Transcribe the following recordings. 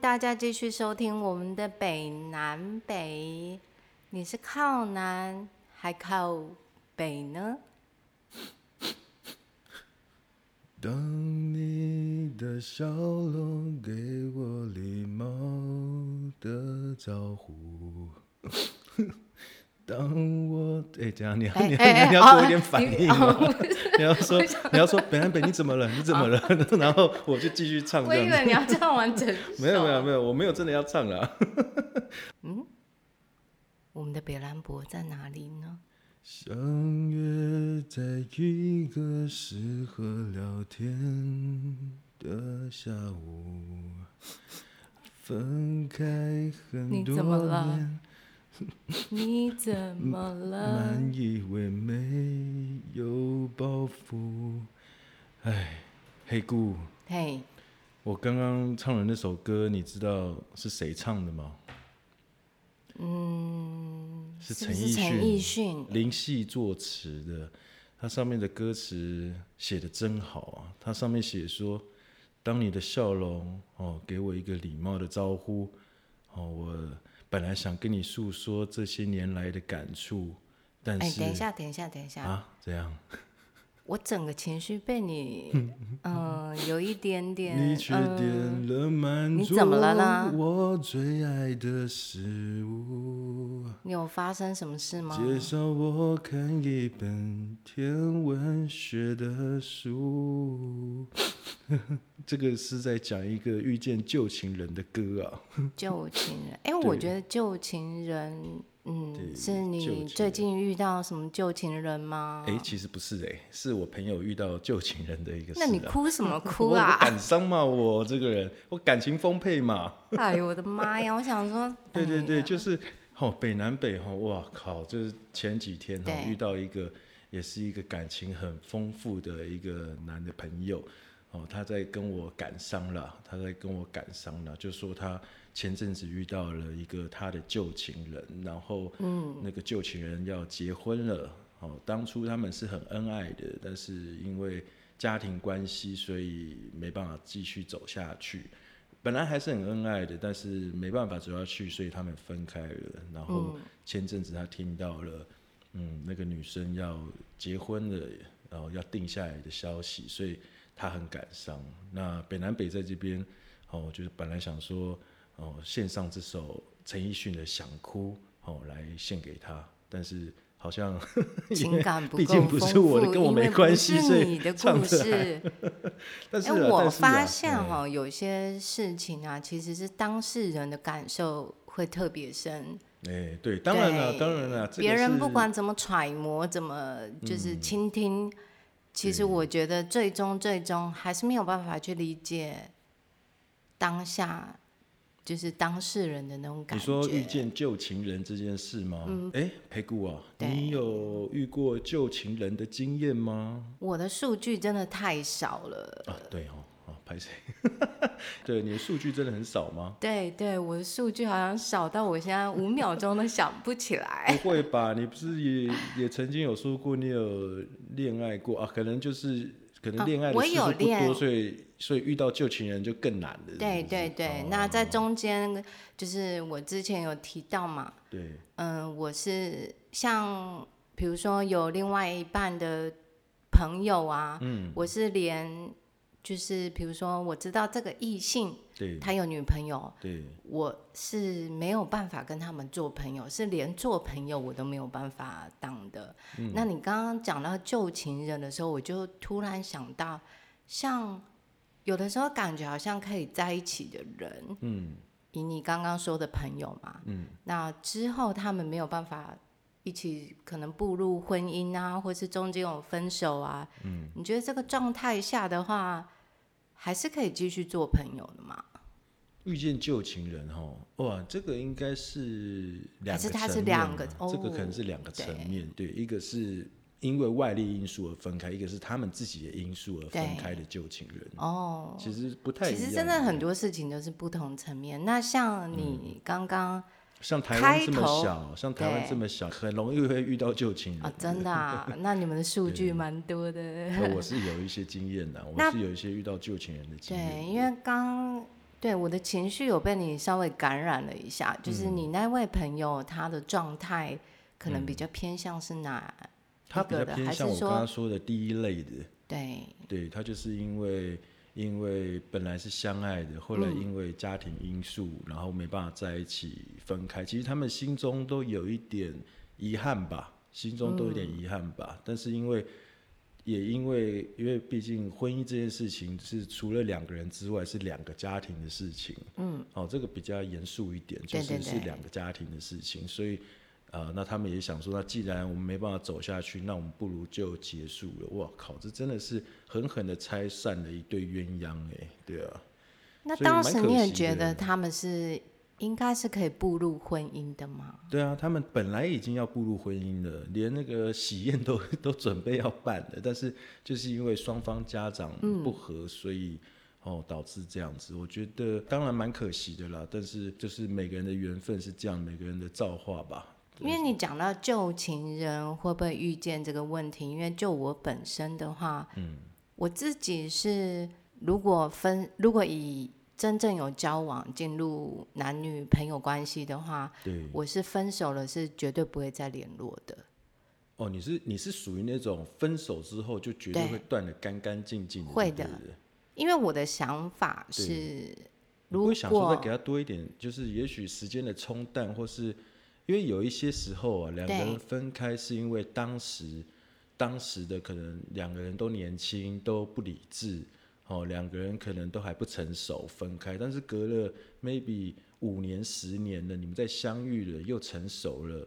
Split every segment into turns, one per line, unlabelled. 大家继续收听我们的北南北，你是靠南还靠北呢？
当你的笑容给我礼貌的招呼， 当我哎，怎样？你要
哎
你要
哎哎
你要
哦
多一点反应吗
你哦？
你要说你要说北南北你怎么了？你怎么了？ 然后我就继续唱
我
这
以
样子。
为你要唱完整首。
没有没有没有，我没有真的要唱啦。
我们的北兰博在哪里呢？
相约在一个适合聊天的下午，分开很
你怎
多
么了
年，
你怎么了？
满以为没有包袱。哎，黑姑，
嘿，
我刚刚唱的那首歌，你知道是谁唱的吗？嗯，是
是
陈
不
奕
是陈
迅。
奕迅？
林夕作词的，它上面的歌词写的真好啊！它上面写说：“当你的笑容哦，给我一个礼貌的招呼哦，我本来想跟你诉说这些年来的感触，但
哎，
嗯是、
等一下，等一下，等一下，
啊，这样
我整个情绪被你， 嗯，有一点点，呃
你却点了满
你
足，
怎么了呢
我最爱的食物。”
你有发生什么事吗？
介绍我看一本天文学的书， 这个是在讲一个遇见旧情人的歌啊。
旧情人，哎，我觉得旧情人，嗯，
对
是
旧情
你
人
最近遇到什么旧情人吗？
诶，其实不是诶，是我朋友遇到旧情人的一个事、啊。
那你哭什么哭
我 我
啊？
感伤嘛，我这个人，我感情丰沛嘛。
哎呦我的妈呀！我想说，
对对
哎
对，就是哦，北南北哦，哇靠！就是前几天哦，
对
遇到一个也是一个感情很丰富的一个男的朋友哦，他在跟我感伤了，他在跟我感伤了，就说他前阵子遇到了一个他的旧情人，然后嗯，那个旧情人要结婚了哦，当初他们是很恩爱的，但是因为家庭关系，所以没办法继续走下去。本来还是很恩爱的，但是没办法走下去，所以他们分开了。然后
嗯
前阵子他听到了，嗯，那个女生要结婚了，然后要定下来的消息，所以他很感伤。那北南北在这边，哦，就是本来想说，哦，献上这首陈奕迅的《想哭》，哦，来献给他，但是好像
情感不够
毕竟不是我的
丰富
跟我
因为
没
不
关系
是
所以
你的
唱
故
得
事。
但是
哎，
啊、
我
但是啊
发现
哎
哈、有些事情啊，其实是当事人的感受会特别深。
哎、对，当然了，
对
当然啊了，这个嗯
别人
是
不管怎么揣摩，怎么就是倾听，其实我觉得最终最终还是没有办法去理解当下，就是当事人的那种感
你
觉。嗯
说遇见旧情人这件事吗？哎、裴姑啊，
对
你有遇过旧情人的经验吗？
我的数据真的太少了。
啊，对哦，啊，拍谁？ 对，你的数据真的很少吗？
对对，我的数据好像少到我现在五秒钟都想不起来。
不会吧？你不是也也曾经有说过你有恋爱过啊？可能就是可能
啊
恋爱的
我
次
有
数不
恋
多，所以所以遇到旧情人就更难了。 是不
对
是哦
对对，那在中间就是我之前有提到嘛，
对，
嗯，我是像比如说有另外一半的朋友啊，嗯，我是连就是比如说我知道这个异性
对
他有女朋友，
对，
我是没有办法跟他们做朋友，是连做朋友我都没有办法当的。那你刚刚讲到旧情人的时候，我就突然想到，像有的时候感觉好像可以在一起的人，
嗯，
以你刚刚说的朋友嘛，嗯，那之后他们没有办法一起，可能步入婚姻啊，或是中间有分手啊，嗯，你觉得这个状态下的话，还是可以继续做朋友的吗？
遇见旧情人哈，哇，这个应该是
还
两个
是
层面、
它
啊，
是两个哦
这个可能是两个层面，对，一个是因为外力因素而分开，一个是他们自己的因素而分开的旧情人，
哦，
其实嗯不太一
其
样。嗯
实真的很多事情都是不同层面。那像你刚刚、
像台湾这么
开
小，像台湾这么小，很容易会遇到旧情人。
啊，真的、啊，那你们的数据蛮多的。
呃我是有一些经验的，我
那
是有一些遇到旧情人的经验。
对，因为刚对我的情绪有被你稍微感染了一下，就是
嗯
你那位朋友他的状态可能比较偏向是哪
他
一
比较
个的，
偏
还
向
是
我刚刚
说
说的第一类的，
对
对他就是因为因为本来是相爱的，后来因为家庭因素，然后没办法在一起分开。其实他们心中都有一点遗憾吧，心中都有点遗憾吧。
嗯
但是因为也因为因为毕竟婚姻这件事情是除了两个人之外是两个家庭的事情，嗯，哦，这个比较严肃一点，就
对
是
对
是
对
两个家庭的事情，所以。呃，那他们也想说，那既然我们没办法走下去，那我们不如就结束了。哇靠，这真的是狠狠的拆散了一对鸳鸯哎、对啊，
那
所以
当
蛮
时
可
你也
惜
觉得
的
他们是应该是可以步入婚姻的吗？
对啊，他们本来已经要步入婚姻了，连那个喜宴都 都准备要办了，但是就是因为双方家长
嗯
不和，所以哦导致这样子。我觉得当然蛮可惜的啦，但是就是每个人的缘分是这样，每个人的造化吧。
因为你讲到旧情人会不会遇见这个问题，因为就我本身的话，嗯，我自己是如果分，如果以真正有交往进入男女朋友关系的话，
对，
我是分手了是绝对不会再联络的。
哦，你是你是属于那种分手之后就绝对
对
会断的干干净净的，
会
对
的
不对
因为我的想法
对
是，
你
如
不会想说再
果
给他多一点，就是也许时间的冲淡，或是因为有一些时候啊，两个
对
人分开是因为当时当时的可能两个人都年轻，都不理智，哦，两个人可能都还不成熟，分开。但是隔了 maybe 五年、十年了，你们再相遇了，又成熟了，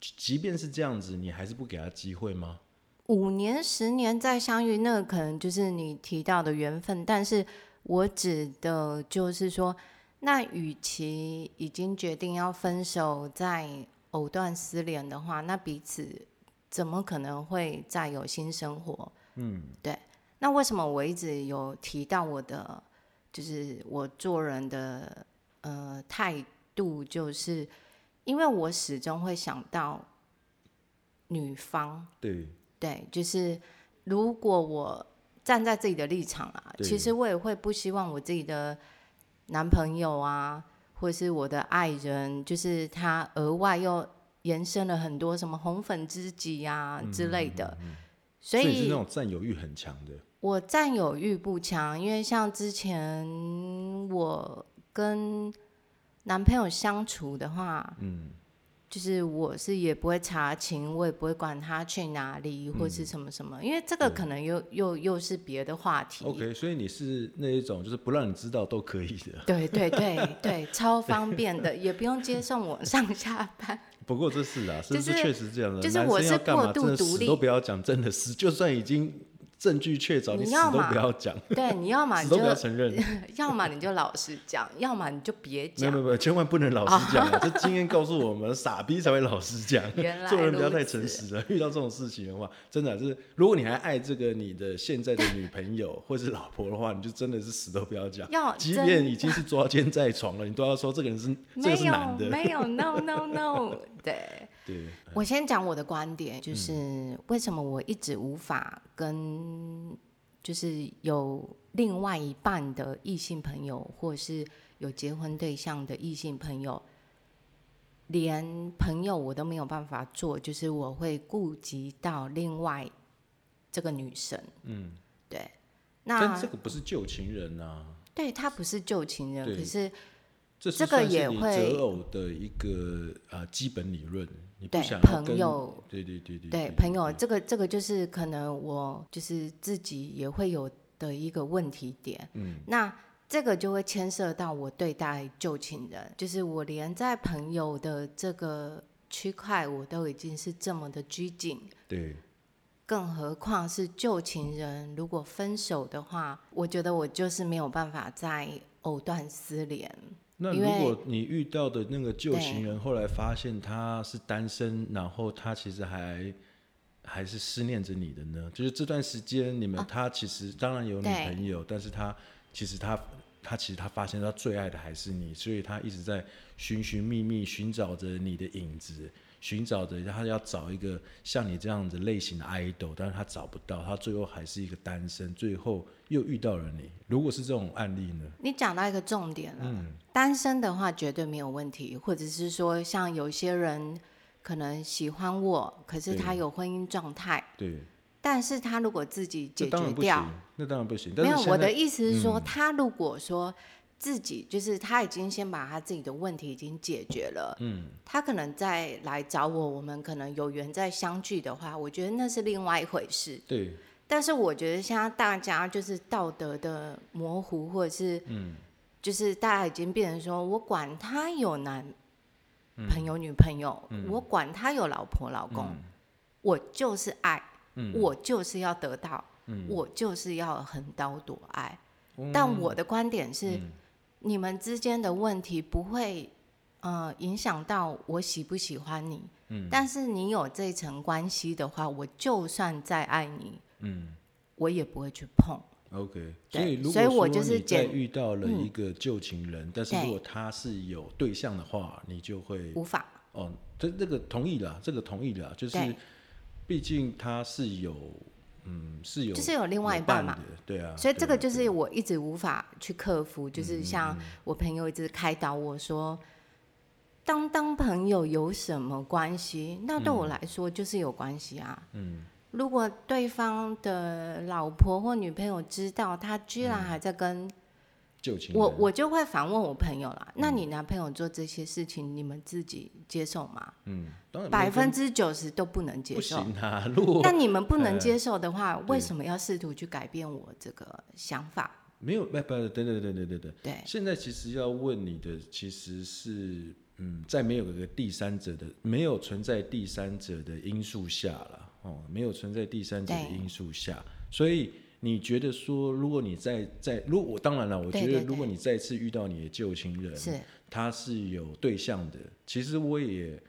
即即便是这样子，你还是不给他机会吗？
五年、十年再相遇，那个可能就是你提到的缘分。但是我指的就是说，那与其已经决定要分手，再藕断丝连的话，那彼此怎么可能会再有新生活？嗯，对。那为什么我一直有提到我的，就是我做人的呃态度，就是因为我始终会想到女方。
对，
对，就是如果我站在自己的立场啊，
对
其实我也会不希望我自己的男朋友啊，或是我的爱人，就是他额外又延伸了很多什么红粉知己啊之类的，
嗯
所
你是那
以
种占有欲很强的，
我占有欲不强，因为像之前我跟男朋友相处的话，
嗯，
就是我是也不会查情，我也不会管他去哪里或
嗯
是什么什么，因为这个可能又又又是别的话题。
OK，所以你是那一种就是不让你知道都可以的。
对对对对，超方便的，也不用接送我上下班。
不过这是啊，是
就是是
确实这样的。
就是
男
我
生
是
要干
过
嘛
度
真的
独
死
立
都不要讲，真的是，就算已经证据确凿，
你
你死
要
都
嘛
不要讲，
对，你要么
死
你
都
就
不要承认。
要么你就老实讲，要么你就别
没有没
讲。
有没有，千万不能老实讲 啊！这经验告诉我们，傻逼才会老实讲
原，来
做人不要
如
太
此
诚实啊了。遇到这种事情的话，真的啊、就是，如果你还爱这个你的现在的女朋友 或是老婆的话，你就真的是死都不要讲。
要
即
真
便已经是抓奸在床了，你都要说这个 人是这个
没
是
有
男的。
没有，no no no，对。
对，
我先讲我的观点，
嗯
就是为什么我一直无法跟就是有另外一半的异性朋友，或是有结婚对象的异性朋友，连朋友我都没有办法做，就是我会顾及到另外这个女生。嗯，对。
但
那
这个不是旧情人啊。
对他不是旧情人，
对
可是
这是
这个
算是
也
你
会
择偶的一个呃基本理论，你不
对
想要
朋
跟
友
对对对对
对朋友，这个这个就是可能我就是自己也会有的一个问题点。嗯，那这个就会牵涉到我对待旧情人，就是我连在朋友的这个区块我都已经是这么的拘谨，
对
更何况是旧情人。如果分手的话，我觉得我就是没有办法再藕断丝连。
那
因
如
为
果你遇到的那个旧
对
情人后来发现他是单身，然后他其实还还是思念着你的呢？就是这段时间你们、他其实当然有女
啊对
朋友，但是他其实他他其实他发现他最爱的还是你，所以他一直在寻寻觅觅寻找着你的影子，寻找着他要找一个像你这样子类型的 idol，但是他找不到，他最后还是一个单身，最后又遇到了你。如果是这种案例呢？
你讲到一个重点了，
嗯
单身的话绝对没有问题，或者是说像有些人可能喜欢我，可是他
对
有婚姻状态，
对，
但是他如果自己
这
解
当
决
然不
掉
行，，那当然不行。但
没
是
有
现
我
在嗯
的意思是说，他如果说自己就是他已经先把他自己的问题已经解决了，嗯，他可能再来找我，我们可能有缘再相聚的话，我觉得那是另外一回事。
对
但是我觉得现在大家就是道德的模糊，或者是嗯，就是大家已经变成说我管他有男朋
嗯
友、女朋友，我管他有老婆、老公，我就是爱，
嗯
我就是要得到，我就是要横刀夺爱。
嗯
但我的观点是，你们之间的问题不会。呃，影响到我喜不喜欢你，
嗯
但是你有这层关系的话，我就算再爱你，我也不会去碰。
OK，
对
所以如果
所以我
说
就是
你在
简
遇到了一个旧情人，但是
对
如果他是有对象的话，你就会
无法。
哦，这这个同意啦，这个同意啦，就是
对
毕竟他是有嗯是有
就是有另外一
有
半
伴
嘛
的，对啊，
所以这
对
个
啊
就
对嗯
是我一直无法去克服，就是像我朋友一直开导我说，当当朋友有什么关系？那对
嗯
我来说就是有关系啊。嗯，如果对方的老婆或女朋友知道他居然
嗯
还在跟
旧情人
我，我就会反问我朋友啦，那
嗯
你男朋友做这些事情，你们自己接受吗？
嗯，当然
百
没
分之九十都不能接
不
受。
行啊，如果
那你们不能接受的话，
对
为什么要试图去改变我这个想法？
没有不不等等等等等等，
对，
现在其实要问你的其实是，嗯，在没有一个第三者的，没有存在第三者的因素下了，哦，没有存在第三者的
对
因素下，所以你觉得说，如果你在在，如果我当然了，我
对
觉
对
得
对
如果你再次遇到你的旧情人，
是
他是有对象的，其实我也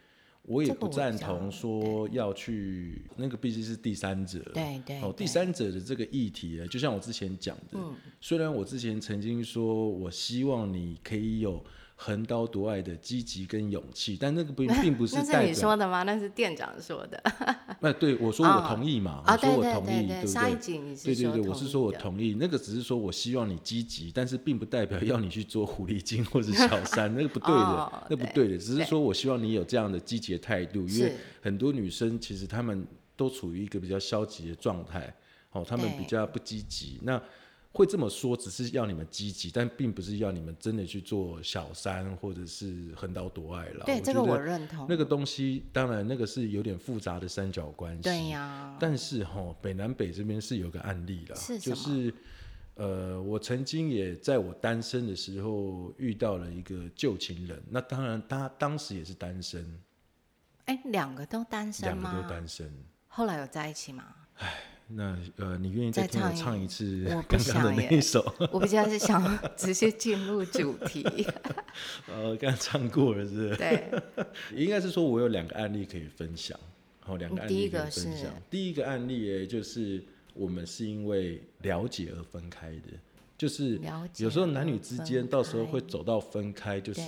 我也
这个
不
我
赞
比较
同说要去那个，毕竟是第三者，
对对
哦，第
对嗯
三者的这个议题呢，就像我之前讲的，虽然我之前曾经说我希望你可以有横刀夺爱的积极跟勇气，但那个 并并不是
那是
代
你
表，
说的吗？那是店长说的
那对我说我同意嘛，
啊！
我说
对
我
对
同
对
意，不
上一
对？
集你
对
是
对
说
对，我是说我
同意的
同意，那个只是说我希望你积极，但是并不代表要你去做狐狸精或者 小三，那个不对的，
哦
那不
对
对的，只是
对
说我希望你有这样的积极的态度，因为
是
很多女生其实她们都处于一个比较消极的状态，哦，她们
对
比较不积极。那会这么说，只是要你们积极，但并不是要你们真的去做小三或者是横刀夺爱了。
对这个
觉
我
得
认同。
那个东西，当然那个是有点复杂的三角关系。
对呀，
但是哈、北南北这边是有个案例啦，
是什
就
么
是呃，我曾经也在我单身的时候遇到了一个旧情人，那当然他当时也是单身，
哎，两个都单身
两个都
吗？
单身。
后来有在一起吗？
那呃，你愿意再
再
听我
唱一
唱一次
我不
刚刚的
想
那
耶
一首？
我比较是想直接进入主题。
呃，刚刚唱过了是不是？
对，
应该是说我有两个案例可以分享，好，两个案
第
例
一
可以
个
分
是
享。第一个案例耶，就是我们是因为了解而分开的，就是
了解。
有时候男女之间到时候会走到分开，就是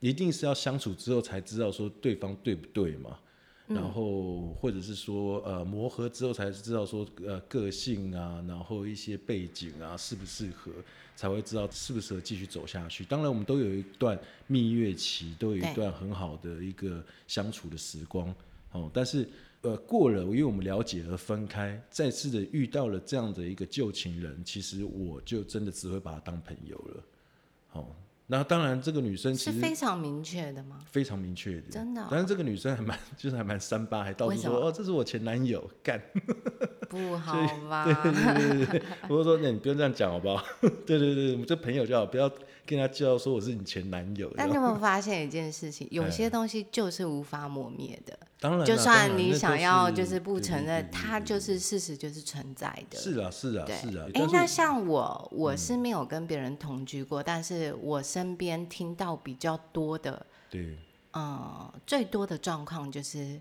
一定是要相处之后才知道说对方对不对嘛。
嗯
然后或者是说呃磨合之后才知道说呃个性啊，然后一些背景啊适不适合，才会知道适不适合继续走下去。当然我们都有一段蜜月期，都有一
对
段很好的一个相处的时光哦。但是呃过了，因为我们了解而分开，再次的遇到了这样的一个旧情人，其实我就真的只会把他当朋友了。哦，那当然这个女生其
是
实
非常明确的吗？
非常明确的，
真的哦
但是这个女生还蛮， 就是还蛮三八，还到
为
处
什
说
么
哦，这是我前男友 干。
不好吧？
我就说，那你不用这样讲好不 好？对对对，我们这朋友就好，不要跟他介绍说我是你前男友。
但
这
你
样
有没有发现一件事情？有些东西就是无法磨灭的，
哎当然啦，
就
当
算
然
你
那都
想要
是
就是不承
对对
认，
对
它
对
就是事实，就是存在的。
是啊是啊
对
是啊。
哎
但，是嗯
那像我，我是没有跟别人同居过，但是我身边听到比较多的，
对
嗯，最多的状况就是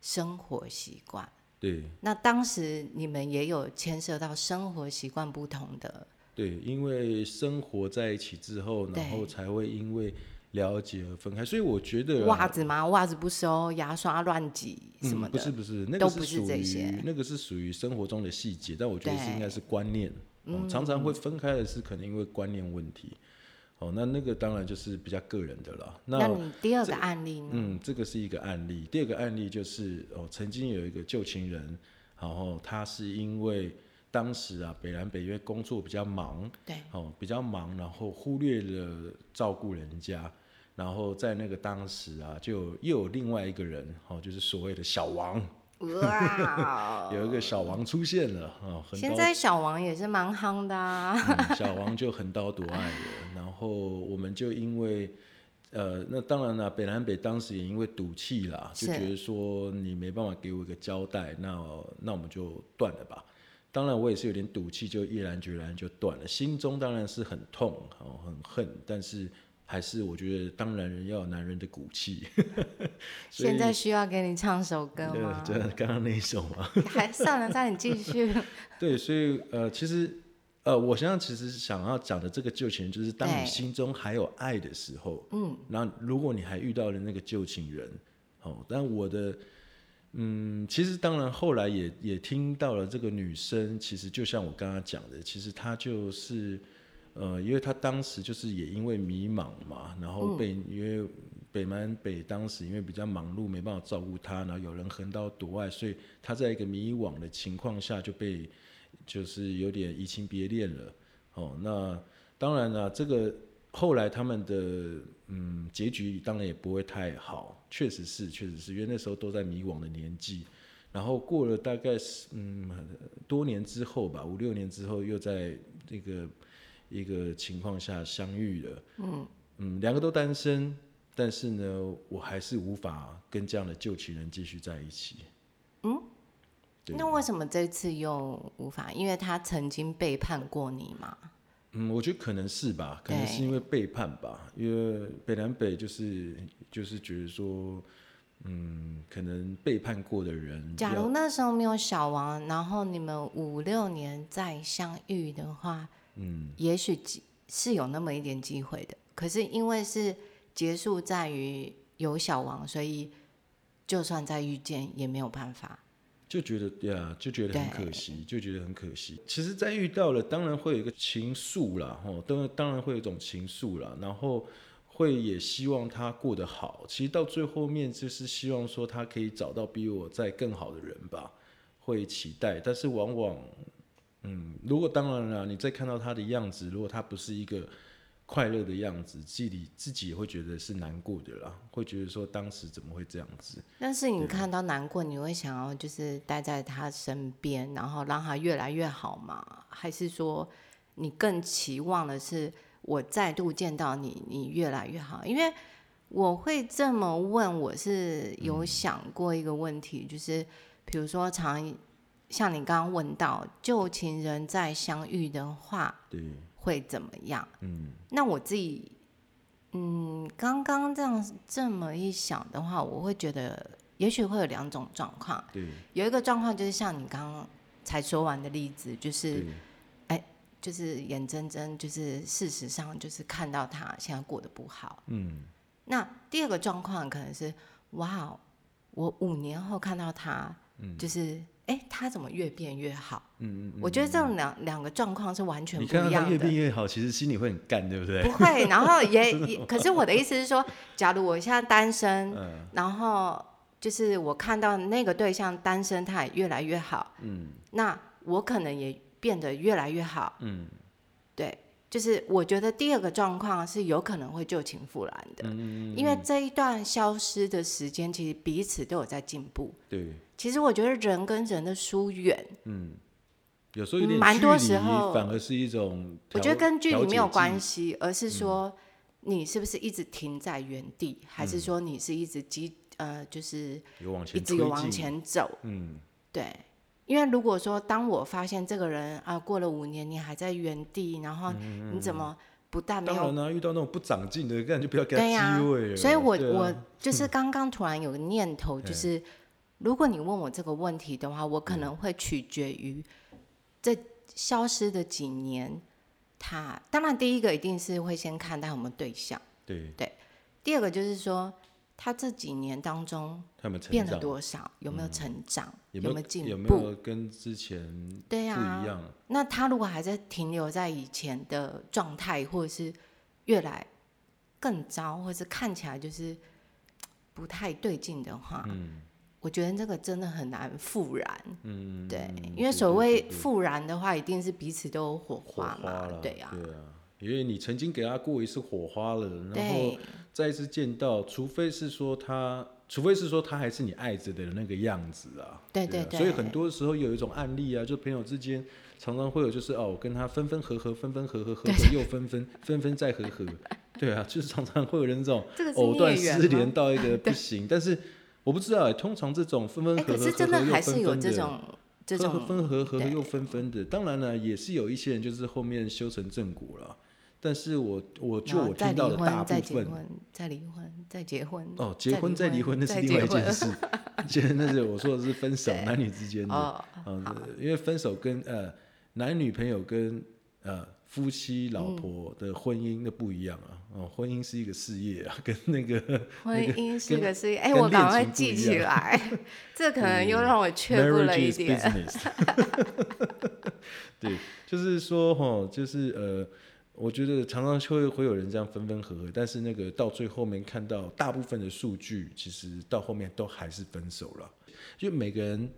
生活习惯。
对
那当时你们也有牵涉到生活习惯不同的，
对，因为生活在一起之后，然
对
后才会因为了解而分开。所以我觉得啊
袜子吗？袜子不收，牙刷乱挤什么
嗯、不
的。
是不是，那
都
个
不是
属
这
于
些
那个是属于生活中的细节，但我觉得是
对嗯
应该是观念。哦，常常会分开的是可能因为观念问题。哦，那那个当然就是比较个人的啦。
那你第二个案例呢？
嗯，这个是一个案例。第二个案例就是哦，曾经有一个旧情人，然后他是因为当时啊北南北约工作比较忙，
对，
哦比较忙，然后忽略了照顾人家，然后在那个当时啊，就又有另外一个人，哦就是所谓的小王，
哇哦，
有一个小王出现了，哦，横
现
刀
在小王也是蛮夯的啊。
嗯 小王就横刀夺爱了，然后我们就因为。呃，那当然了，北南北当时也因为赌气啦，就是觉得说你没办法给我一个交代，那那我们就断了吧。当然，我也是有点赌气，就毅然决然就断了，心中当然是很痛，哦，很恨，但是还是我觉得当男人要有男人的骨气。所以
现在需要给你唱首歌
对
吗，？
就刚刚那一首嘛，
还算了，算了，你继 续。
对，所以呃，其实呃，我想想，其实想要讲的这个旧情人，就是当你
对
心中还有爱的时候，
嗯，
然后如果你还遇到了那个旧情人，哦，但我的。嗯，其实当然，后来也也听到了这个女生，其实就像我刚刚讲的，其实她就是，呃，因为她当时就是也因为迷茫嘛，然
嗯
后被、因为北蛮北当时因为比较忙碌，没办法照顾她，然后有人横刀夺爱，所以她在一个迷惘的情况下就被就是有点移情别恋了。哦，那当然了、这个后来他们的嗯结局当然也不会太好，确实是，确实是因为那时候都在迷惘的年纪。然后过了大概是嗯多年之后吧，五六年之后又在这个一个情况下相遇了。嗯嗯，两个都单身，但是呢，我还是无法跟这样的旧情人继续在一起。对
那为什么这次又无法？因为他曾经背叛过你嘛。
嗯，我觉得可能是吧，可能是因为背叛吧，因为北南北就是就是觉得说，嗯，可能背叛过的人
假
要
如那时候没有小王，然后你们五六年再相遇的话，嗯，也许机是有那么一点机会的。可是因为是结束在于有小王，所以就算再遇见也没有办法。
就觉得呀，就觉得很
对
可惜，就觉得很可惜。其实，在遇到了，当然会有一个情愫啦，吼，当然当然会有一种情愫啦，然后会也希望他过得好。其实到最后面，就是希望说他可以找到比我在更好的人吧，会期待。但是往往，嗯，如果当然了，你再看到他的样子，如果他不是一个快乐的样子，自己自己也会觉得是难过的啦，会觉得说当时怎么会这样子。
但是你看到难过，你会想要就是待在他身边，然后让他越来越好吗？还是说你更期望的是我再度见到你，你越来越好？因为我会这么问，我是有想过一个问题，就是比如说常像你刚刚问到，旧情人再相遇的话
对，
会怎么样？
嗯。
那我自己，嗯，刚刚这样这么一想的话，我会觉得也许会有两种状况，
对，
有一个状况就是像你刚刚才说完的例子，就是
对，
就是眼睁睁就是事实上就是看到他现在过得不好。
嗯，
那第二个状况可能是，哇哦，我五年后看到他，就是哎、诶他怎么越变越好？
嗯
嗯我觉得这种两两个状况是完全
你
不
看
一
到
样
他
的。
越变越好，其实心里会很干，对不对？
不会，然后也 也，可是我的意思是说，假如我现在单身，
嗯
然后就是我看到那个对象单身，他也越来越好，
嗯
那我可能也变得越来越好。
嗯
对，就是我觉得第二个状况是有可能会旧情复燃的，
嗯，
因为这一段消失的时间，其实彼此都有在进步。
对，
其实我觉得人跟人的疏远，
嗯，有时候有点
蛮
距
多时
离
候
反而是一种
我
调，嗯
觉得跟距离没有关
系，
系，而是说你是不是一直停在原地，还是说你是一直积呃，就是
有往
一
嗯前，
直有往，前走？
嗯，
对，因为如果说当我发现这个人啊、过了五年你还在原地，然
嗯
后你怎么不但没
当
有
然啦，遇到那种不长进的，干就不要给他
对呀、
机会了。
所以我、
对啊
我就是刚刚突然有个念头，就是如果你问我这个问题的话，我可
嗯
能会取决于这消失的几年，他当然第一个一定是会先看他有没有对象，
对，
第二个就是说，他这几年当中
他们成
变了
长嗯
多少，有没有成长，
有
有
没有
进
有没
步？
有跟之前不
对
一
啊
样？
那他如果还在停留在以前的状态，或者是越来更糟，或者是看起来就是不太对劲的话，
嗯
我觉得这个真的很难复燃。
嗯，
对，
嗯
因为
对
所
对
谓
对对
复燃的话，一定是彼此都有火
火
花嘛，
了，
对呀、
对啊，因为你曾经给他过一次火花了，然后
对
再一次见到，除非是说他，除非是说他还是你爱着的那个样子啊。
对对
对啊
对
所以很多时候有一种案例啊，就朋友之间常常会有，就是哦，我跟他分分合合，分分合合，合合又分分，分分再合 合。对啊，就是常常会有人这种
这个是
藕断
孽
丝
缘
连
吗？
到一 个不行，但是我不知道欸，通常这种分分
哎，
合
可
合，合合
是
又
真的还
分
是有
分
这
的
种这
分合
种
分合合合
对
又分分的。当然了，也是有一些人就是后面修成正果了。但是我我就
然后
我
再
听到
离
的大
婚，再
部
结
分
婚，再离婚，再结婚。
哦，结婚再
嗯再
离
离
婚
婚
那是
再
另
结
外一件
婚
事，结那是我说的是分手，男女之间的。
哦，
嗯，因为分手跟呃男女朋友跟呃夫妻老婆
嗯
的婚姻那不一样啊，哦，婚姻是一个事业啊，跟那个
婚姻是个事业，哎，
跟
我赶
恋
快
情不
记
一嗯
起来， 这可能又让我 却步了
marriage
一
is
点。
business。对，就是说哈，就是呃，我觉得常常会会有人这样分分合合，但是那个到最后面看到大部分的数据，其实到后面都还是分手了，因为每个人。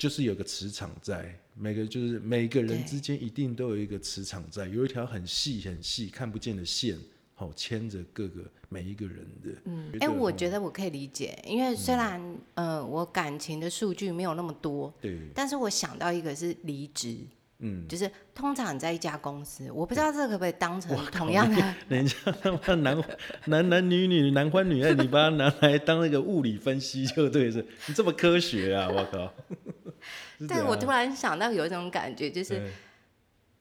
就是有个磁场在，每个就是每个人
对
之间一定都有一个磁场在，有一条很细很细看不见的线，好、牵着各个每一个人的。
嗯
觉，
哎，
得
我
哈
觉得我可以理解，因
嗯
为虽然呃，我感情的数据没有那么多，
对，
但是我想到一个是离职，
嗯，
就是通常你在一家公司，我不知道这个可不可以当成 同
靠
样的
人家他妈男男男女女男欢女爱，你把它拿来当那个物理分析就对是，你这么科学啊！我 靠！是怎
但我
样啊
突然想到有一种感觉，就是
对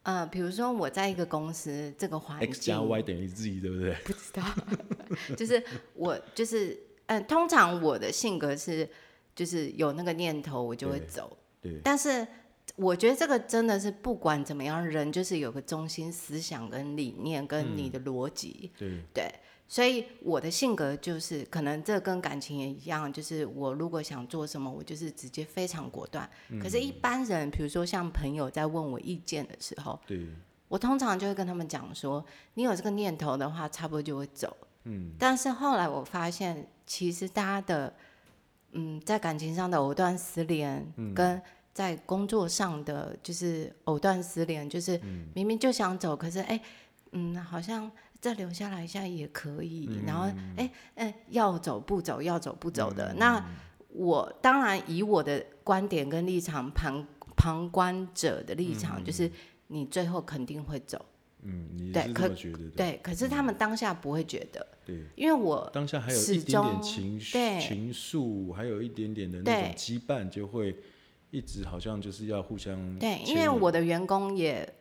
呃，比如说我在一个公司这个环
x
境
加 y 等于 z，对不对？
不知道， 就是我就是嗯、呃通常我的性格是就是有那个念头我就会
对
走，
对，
但是我觉得这个真的是不管怎么样，人就是有个中心思想跟理念跟你
嗯
的逻辑，
对，
对。所以我的性格就是，可能这跟感情也一样，就是我如果想做什么，我就是直接非常果断。
嗯
可是，一般人，比如说像朋友在问我意见的时候，
对，
我通常就会跟他们讲说，你有这个念头的话，差不多就会走。
嗯，
但是后来我发现，其实大家的，嗯，在感情上的藕断丝连，跟在工作上的就是藕断丝连，就是明明就想走，可是哎，嗯，好像再留下来一下也可以，然后哎哎，要走不走，要走不走的。那我当然以我的观点跟立场，旁旁观者的立场，就是你最后肯定会走，
嗯，你
对
是
可
这么觉得的？
对。可是他们当下不会觉得，
对，
因为我
当下还有一
始
点点
终
情绪
对
情愫，还有一点点的那种
对
羁绊，就会一直好像就是要互相
对，因
牵
为
引
我的员工也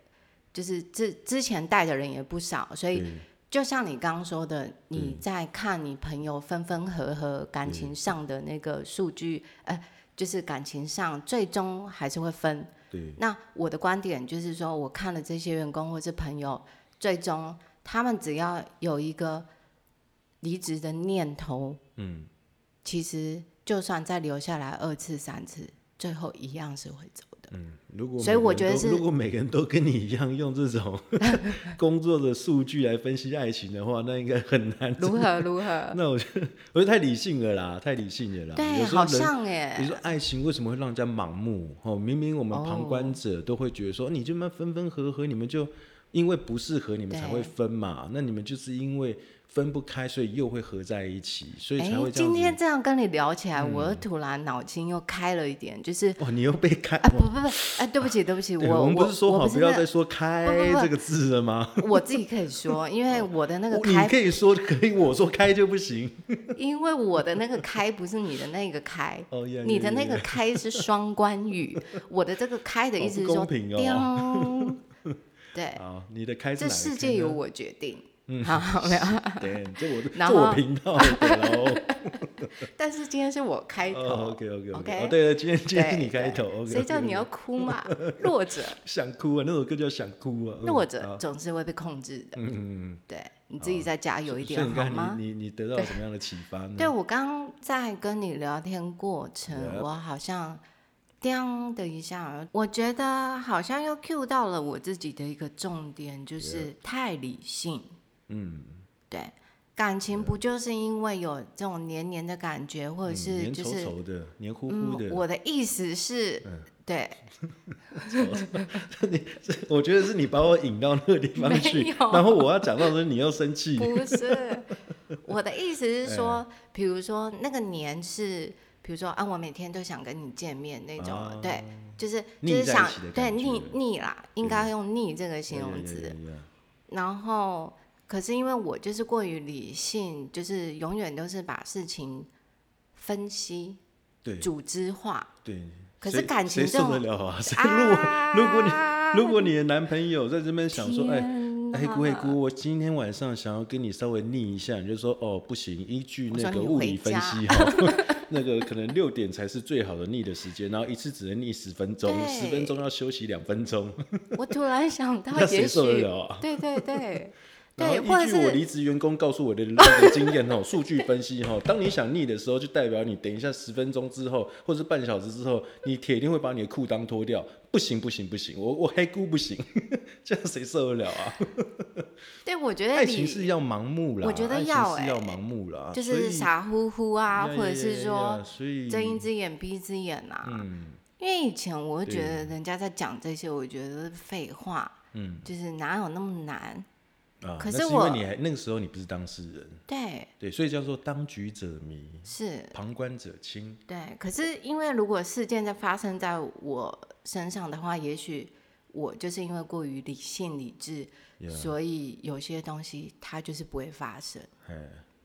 就是之之前带的人也不少，所以
对嗯
就像你刚刚说的，
对
你在看你朋友分分合合感情上的那个数据，呃，就是感情上最终还是会分。
对
那我的观点就是说，我看了这些员工或是朋友，最终他们只要有一个离职的念头，
嗯，
其实就算再留下来二次三次，最后一样是会走 的。
嗯，如果
所以
每个
我
人
觉得
都
是
如果每个人都跟你一样用 这种工作的数据来分析爱情的话，那应该很难。
如何如何？
那我觉得，我觉得太理性了啦，太理性了啦。
对，
有时候
好
人
像
你
哎，
说爱情为什么会让人家盲目？哦，明明我们旁观者都会觉得说，你这么分分合合，你们就因为不适合，你们才
对
会分嘛。那你们就是因为分不开，所以又会合在一起，所以才
哎
会，这样
今
子。嗯
天这样跟你聊起来，我又突然脑筋又开了一点，就是
哇，你又被开
啊，
哇
不不不，哎，对不起对不起，
对
我
们不是说
我
好
不是
不要
那
再说“开
不”不
这个字了吗？
我自己可以说，因为我的那个
我 哦你
开，
可以说可以，我说开就不行。
因为我的那个开不是你的那个 开。
哦呀，
你的
呀
那
呀
个
呀
开是双关语，我的这个开的
好
意
不
思是
公
说，
平哦
叮， 对，
好，哦你的开是
这
哪个
世
开
界由
呢，嗯
我决定，好没有，
对，这 我
然
这我
后
频 道的喽。
但是今天是我开头
OK OK
OK
哦哦对了，今天今天是
对
你开
对
头，OK，
谁叫你要哭嘛？弱者，
想哭啊？那首歌叫想哭啊，嗯
弱者
好
总是会被控制的。
嗯嗯嗯，
对，你自己再加油一点
所以你
好
看
吗？
你你你得到什么样的启发呢？
对我刚在跟你聊天过程
Yep
我好像叮的一下，我觉得好像又 cue 到了我自己的一个重点，就是太理性。
嗯，
对，感情不就是因为有这种黏黏的感觉，或者
嗯
是
黏
就
稠
是
稠的，黏糊
嗯
糊的，，
我的意思是，
嗯
对，
我觉得是你把我引到那个地方
没
去，
有
然后我要讲到说你又生气，
不是，我的意思是
哎
说，比如说那个年是，比如说啊，我每天都想跟你见面那种，
啊
对，就是就
腻
是
在
想
一起的
对
感
腻
觉
腻啦，应
对
该用腻这个形
哦呀呀
容词。
呀呀呀
然后，可是因为我就是过于理性，就是永远都是把事情分析、
对
组织 化。
对。
可是
谁
感情
谁
这
受得
种
了啊？ 谁如果
啊
如果你如果你的男朋友在这边想说，哎
天
哎姑哎
哪
姑，我今天晚上想要跟你稍微腻一下，你就说哦不行，依据
我说
那个
你
物
回
理分
家
析哈， 那个可能六点才是最好的腻的时间，然后一次只能腻十分钟，
对
十分钟要休息两分钟，
我突然想到
那，谁
也
受得
许
了啊
对对对
然后
对，或者
依据我
是
离职员工告诉我的那个经验哦，数据分析哦，当你想腻的时候，就代表你等一下十分钟之后，或者是半小时之后，你铁定会把你的裤裆脱掉。不行不行不行，我我黑姑不行， 这样谁受得了啊？
对，我觉得
爱情是
理
要盲目啦，
我觉得
爱情
要
是要
欸
盲目啦，
就
啊所
是
以
傻乎乎啊，
呀
或者
呀
是
呀呀
说
所以
睁一只眼闭一只眼啊。
嗯
因为以前我会觉
对
得人家在讲这些，我觉得是废话，
嗯
就是哪有那么难？
啊，
可
那
是
是因
我
为你还那个时候你不是当事人，
对，
对，所以叫做当局者迷，
是。
旁观者清。
对，可是因为如果事件在发生在我身上的话，也许我就是因为过于理性理智
Yeah
所以有些东西它就是不会发生。
哎，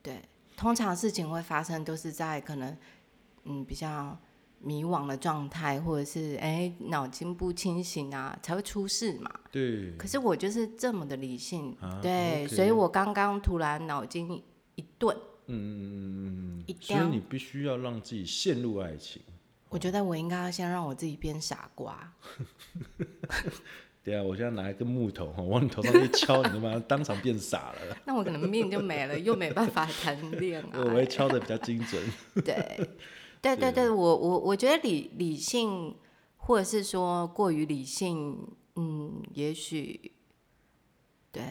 对，通常事情会发生都是在可能嗯比较迷惘的状态，或者是哎脑筋不清醒啊，才会出事嘛。
对，
可是我就是这么的理性，
啊
对
OK
所以我刚刚突然脑筋一顿，
嗯，
一
所以
定
你必须要让自己陷入爱情。
我觉得我应该要先让我自己变傻瓜。
对啊，我现在拿一根木头哈，往你头上一敲，你他妈当场变傻了。
那我可能命就没了，又没办法 谈恋啊
我会
爱。
敲的比较精准。
对，对对对，我我我觉得理理性，或者是说过于理性，嗯，也许，对，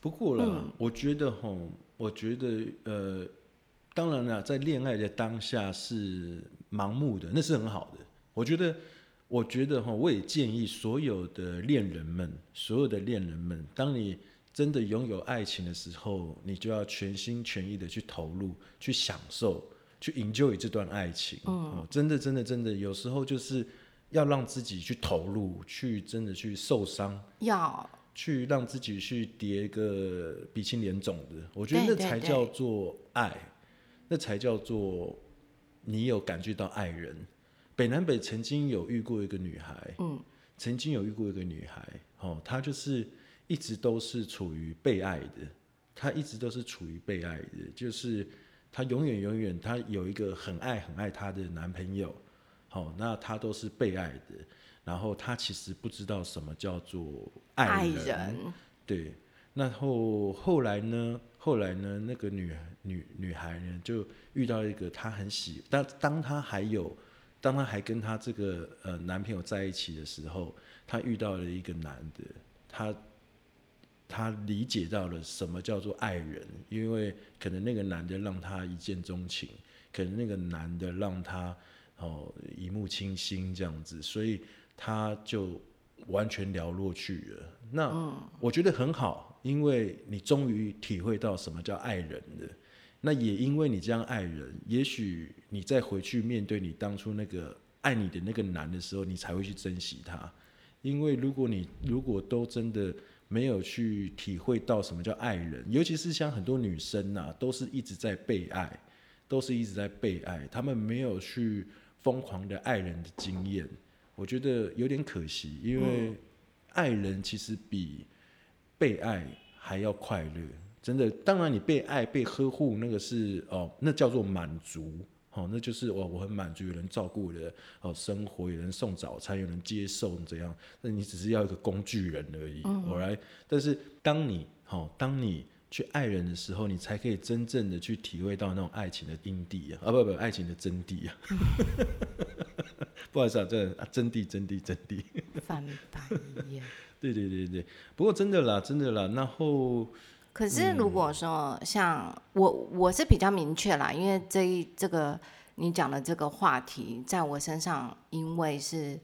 不过啦，我觉得哈，我觉得呃，当然啦，在恋爱的当下是盲目的，那是很好的。我觉得，我觉得哈，我也建议所有的恋人们，所有的恋人们，当你真的拥有爱情的时候，你就要全心全意的去投入，去享受，去 enjoy 这段爱情。嗯、哦，真的，真的，真的，有时候就是要让自己去投入，去真的去受伤。
要
去让自己去叠一个鼻青脸肿的，我觉得那
对对
才
对
叫做爱，那才叫做你有感觉到爱人。北南北曾经有遇过一个女孩，
嗯，
曾经有遇过一个女孩，哦，她就是一直都是处于被爱的，她一直都是处于被爱的，就是她永远永远她有一个很爱很爱她的男朋友，好、那她都是被爱的，然后她其实不知道什么叫做
爱
人，对，然后后来呢？后来呢？那个女女女孩呢，就遇到一个她很喜，当当她还有，当她还跟她这个呃男朋友在一起的时候，她遇到了一个男的，她她理解到了什么叫做爱人，因为可能那个男的让她一见钟情，可能那个男的让她哦一目倾心这样子，所以她就完全寥落去了。那、我觉得很好，因为你终于体会到什么叫爱人了。那也因为你这样爱人，也许你再回去面对你当初那个爱你的那个男的时候，你才会去珍惜他。因为如果你如果都真的没有去体会到什么叫爱人，尤其是像很多女生呐、都是一直在被爱，都是一直在被爱，她们没有去疯狂的爱人的经验，我觉得有点可惜，因为爱人其实比被爱还要快乐。真的，当然你被爱、被呵护，那个是哦，那叫做满足。哦，那就是我我很满足，有人照顾我的哦生活，有人送早餐，有人接送，怎样？那你只是要一个工具人而已。我来，但是当你哦，当你去爱人的时候，你才可以真正的去体会到那种爱情的因地啊，啊不不，爱情的真谛啊。 不好意思啊，真的、啊、真谛真谛真谛。
翻白眼。
对对对对，不过真的啦，真的啦，然后
可
嗯
是如果说像我，我是比较明确啦，因为这一这个你讲的这个话题，在我身上，因为是，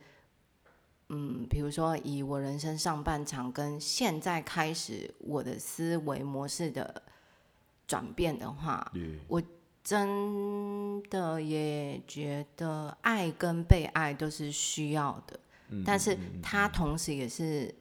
嗯，比如说以我人生上半场跟现在开始我的思维模式的转变的话，
对
真的也觉得爱跟被爱都是需要的，
嗯
但是
嗯嗯嗯
它同时也是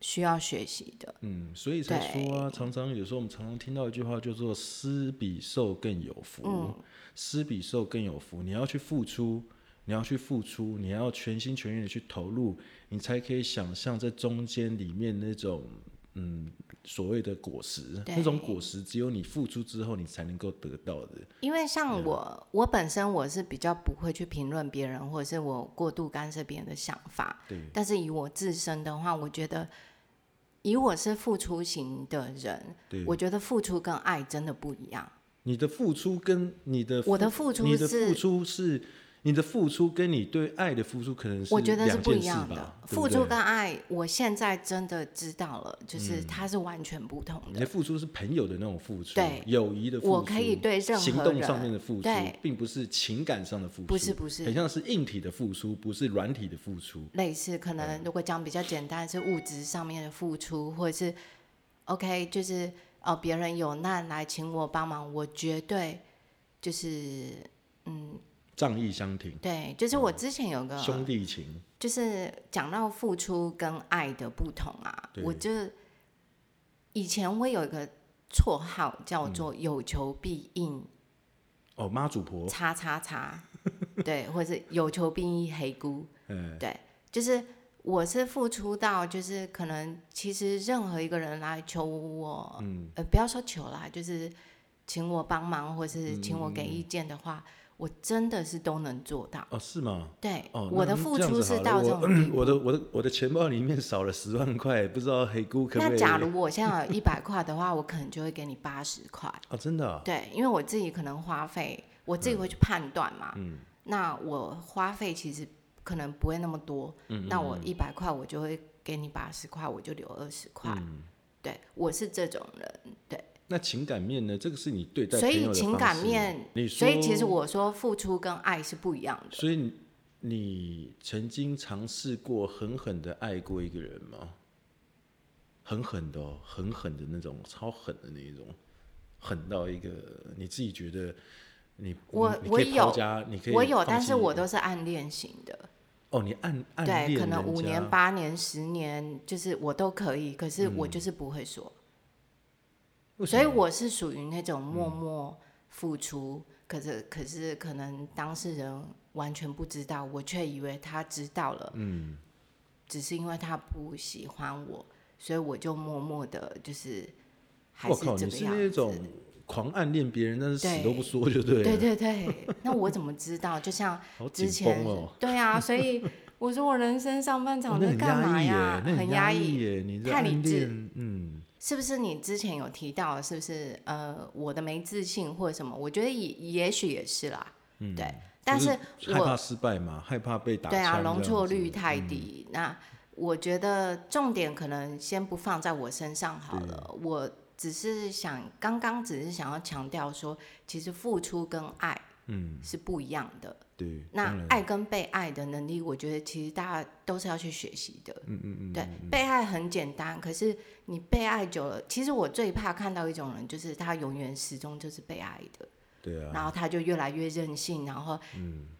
需要学习的。
嗯，所以才
对
说啊，常常有时候我们常常听到一句话叫做“施比受更有福”，
嗯
施比受更有福。你要去付出，你要去付出，你要全心全意的去投入，你才可以想象这中间里面那种嗯所谓的果实，
对
那种果实只有你付出之后你才能够得到的。
因为
啊
像我，我本身我是比较不会去评论别人，或者是我过度干涉别人的想法。
对，
但是以我自身的话，我觉得以我是付出型的人，
对，
我觉得付出跟爱真的不一样。
你的付出跟你的
我的付出
你的呃付
是，
出是你的付出跟你对爱的付出可能是
我觉得是
两
不
件
一
事
样的
吧。对不
付
对嗯
出跟爱，我现在真的知道了，就是它是完全不同
你
的
的。付出是朋友的那种付出
对，
友谊的付出，
我可以对任何人
行动上面的付出
对，
并不是情感上的付出，
不是不是
很像是硬体的付出，不是软体的付出。
类似，可能如果讲比较简单，是物质上面的付出，或者是 OK，就是哦，别人有难来请我帮忙，我绝对就是嗯，
仗义相挺，
对，就是我之前有个
嗯兄弟情，
就是讲到付出跟爱的不同啊，
对
我就以前我有一个绰号叫做“
嗯
有求必应
哦，妈祖婆，
叉叉叉”， 对，或者是“有求必应黑姑”，
嗯，
对，就是我是付出到，就是可能其实任何一个人来求我，
嗯
呃，不要说求啦，就是请我帮忙或
嗯
是请我给意见的话，我真的是都能做到。
哦，是吗？
对，
哦，
我的
那
付
这样
出
子
是
好了
到这种地
我
步。
我的我的我的钱包里面少了十万块，不知道黑姑可不可以？
那假如我现在有一百块的话，我可能就会给你八十块。
哦，真的啊、
对，因为我自己可能花费，我自己会去判断嘛。
嗯
那我花费其实可能不会那么多，
嗯
那我一百块我就会给你八十块，我就留二十块。
嗯，
对，我是这种人，
那情感面呢？这个是你对待
所
朋友
以
的
情
方
感
式
面，
你
所以其实
说
我说付出跟爱是不一样的。
所以你你曾经尝试过狠狠的爱过一个人吗？狠狠的、哦，狠狠的那种，超狠的那一种，狠到一个你自己觉得你
我
你你
我
可以
有
抛家，你可以
我有，
放弃
但是我都是暗恋型的，
哦，你暗暗恋
对，可能
人
五
家
年、八年、十年，就是我都可以，可是我就是不会说，
嗯
所
为什么嗯
以我是属于那种默默付出，可是可是可能当事人完全不知道，我却以为他知道了，
嗯，
只是因为他不喜欢我，所以我就默默的，就是还
我
是
靠，
这
你
个
是
样
那
子
种狂暗恋别人，但是
对
死都不说就对了，啊
对对对，那我怎么知道？就像
好
之
紧
前
绷，哦。
对啊，所以我说我人生上半
哦
场
那
在
很
干
压
嘛
抑耶
呀，？
那
很压
压
抑。
耶！你在
太理
暗
智
恋，嗯，
是不是你之前有提到？是不是呃，我的没自信或者什么？我觉得也也许也是啦，
嗯
对。但
就是害
我
怕失败嘛，害怕被打
对啊，
枪
容
这样
错
子嗯
率太低。那我觉得重点可能先不放在我身上好了。我只是想，刚刚只是想要强调说，其实付出跟爱
嗯，
是不一样的。
对，
那
当然
爱跟被爱的能力，我觉得其实大家都是要去学习的。嗯嗯嗯，对，被爱很简单，可是你被爱久了，其实我最怕看到一种人，就是他永远始终就是被爱的，
对啊，嗯
然后他就越来越任性，然后，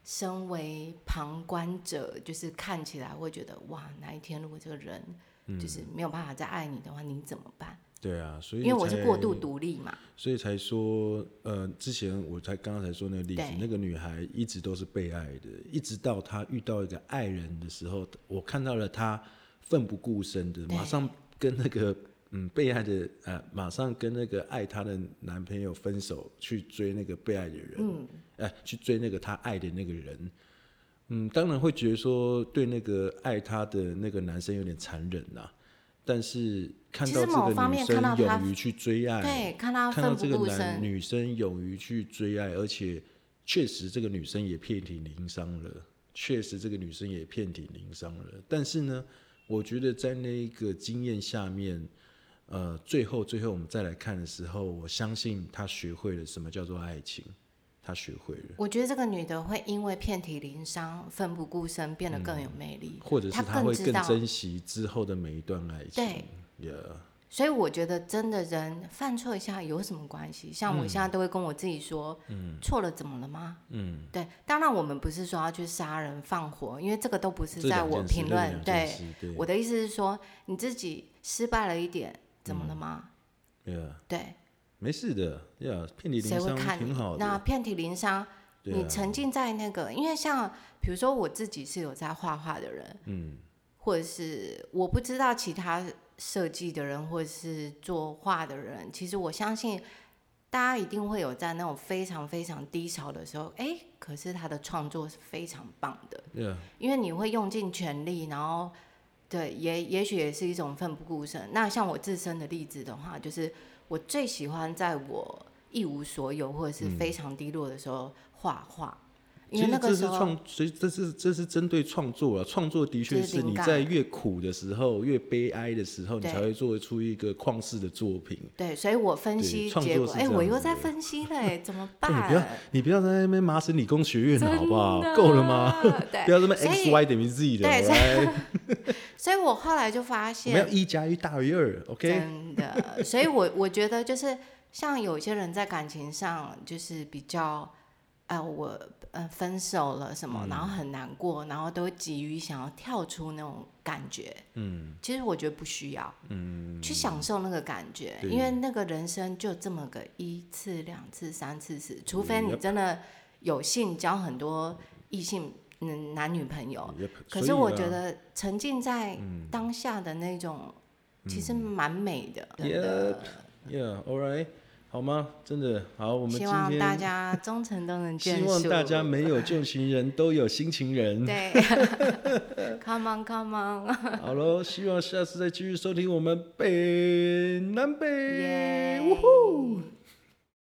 身为旁观者，就是看起来会觉得哇，哪一天如果这个人
嗯
就是没有办法再爱你的话，你怎么办？
对啊，所以
因为我是过度
才，
独立嘛，
所以才说，呃，之前我才刚刚才说那个例子
对，
那个女孩一直都是被爱的，一直到她遇到一个爱人的时候，我看到了她奋不顾身的，马
对
上跟那个嗯被爱的呃，马上跟那个爱她的男朋友分手，去追那个被爱的人，嗯，哎、去追那个她爱的那个人。嗯，当然会觉得说对那个爱她的那个男生有点残忍呐、但是看
其
到
实
这
某
个
方
女
面看
生
到她
勇于去追爱，
对，看他
哎看到
奋
这
不
个
顾
男
身，
女生勇于去追爱，而且确实这个女生也遍体鳞伤了，确实这个女生也遍体鳞伤了。但是呢，我觉得在那一个经验下面，呃，最后最后我们再来看的时候，我相信她学会了什么叫做爱情，她学会了，
我觉得这个女的会因为遍体鳞伤、奋不顾身，变得
嗯
更有魅力，
或者是
她
她会
知
更
道。
珍惜之后的每一段爱情。
对，
Yeah
所以我觉得真的人犯错一下有什么关系？像我现
嗯
在都会跟我自己说，错了怎么了吗？嗯，对。当然，我们不是说要去杀人放火，因为这个都不是
这
在
两
我
件事
评
这
论。
两件
对，
事对
我的意思是说，你自己失败了一点，怎么了
嗯
吗？
，Yeah，
对，
没事的，Yeah，遍体
谁
鳞
会
伤
看
挺
你
好？的。
那遍体鳞伤，
对
你
啊
沉浸在那个，因为像比如说我自己是有在画画的人，嗯，或者是我不知道其他设计的人或者是作画的人，其实我相信大家一定会有在那种非常非常低潮的时候，哎，可是他的创作是非常棒的，
Yeah，
因为你会用尽全力，然后对，也也许也是一种奋不顾身。那像我自身的例子的话，就是我最喜欢在我一无所有或者是非常低落的时候画画，
嗯其
因为
实
那
这
个
是
时候
创，所以这是这是针对创作啊。创作的确
这是
是
灵
你
感
在越苦的时候、越悲哀的时候，你
对
才会做出一个旷世的作品。
对，所以我分析
对创作
结果，
是
哎、
这
我
样
又
子
在
的
分 析嘞，怎么
哎你不要
办？
你不要在那边麻省理工学院了，好不好
真？的
够了吗？？不要
对，
这么
所
x
以
y 等于 z 的
对所
，alright，
所以我后来就发
我们要
现，
一加一大于二，OK？
真的，所以 我我觉得就是像有些人在感情上就是比较，哎、我呃分手了什
嗯
么，然后很难过，然后都急于想要跳出那种感觉。嗯，其实我觉得不需要，嗯，去享受那个感觉，
对
因为那个人生就这么个一次、两次、三次、四，除非你
Yep
真的有幸交很多异性嗯男女朋友，
Yep，
可
所以
是我
啊嗯
觉得沉浸在当下的那种，其实蛮美的。真的
，Yeah，alright，好吗？真的好，我们
希
今
望大
天
家忠诚都能眷
希
属。
望大家没有 旧情人，都有新情人。
对 ，Come on，Come on，
好喽，希望下次再继续收听我们北南北，
耶
呜呼！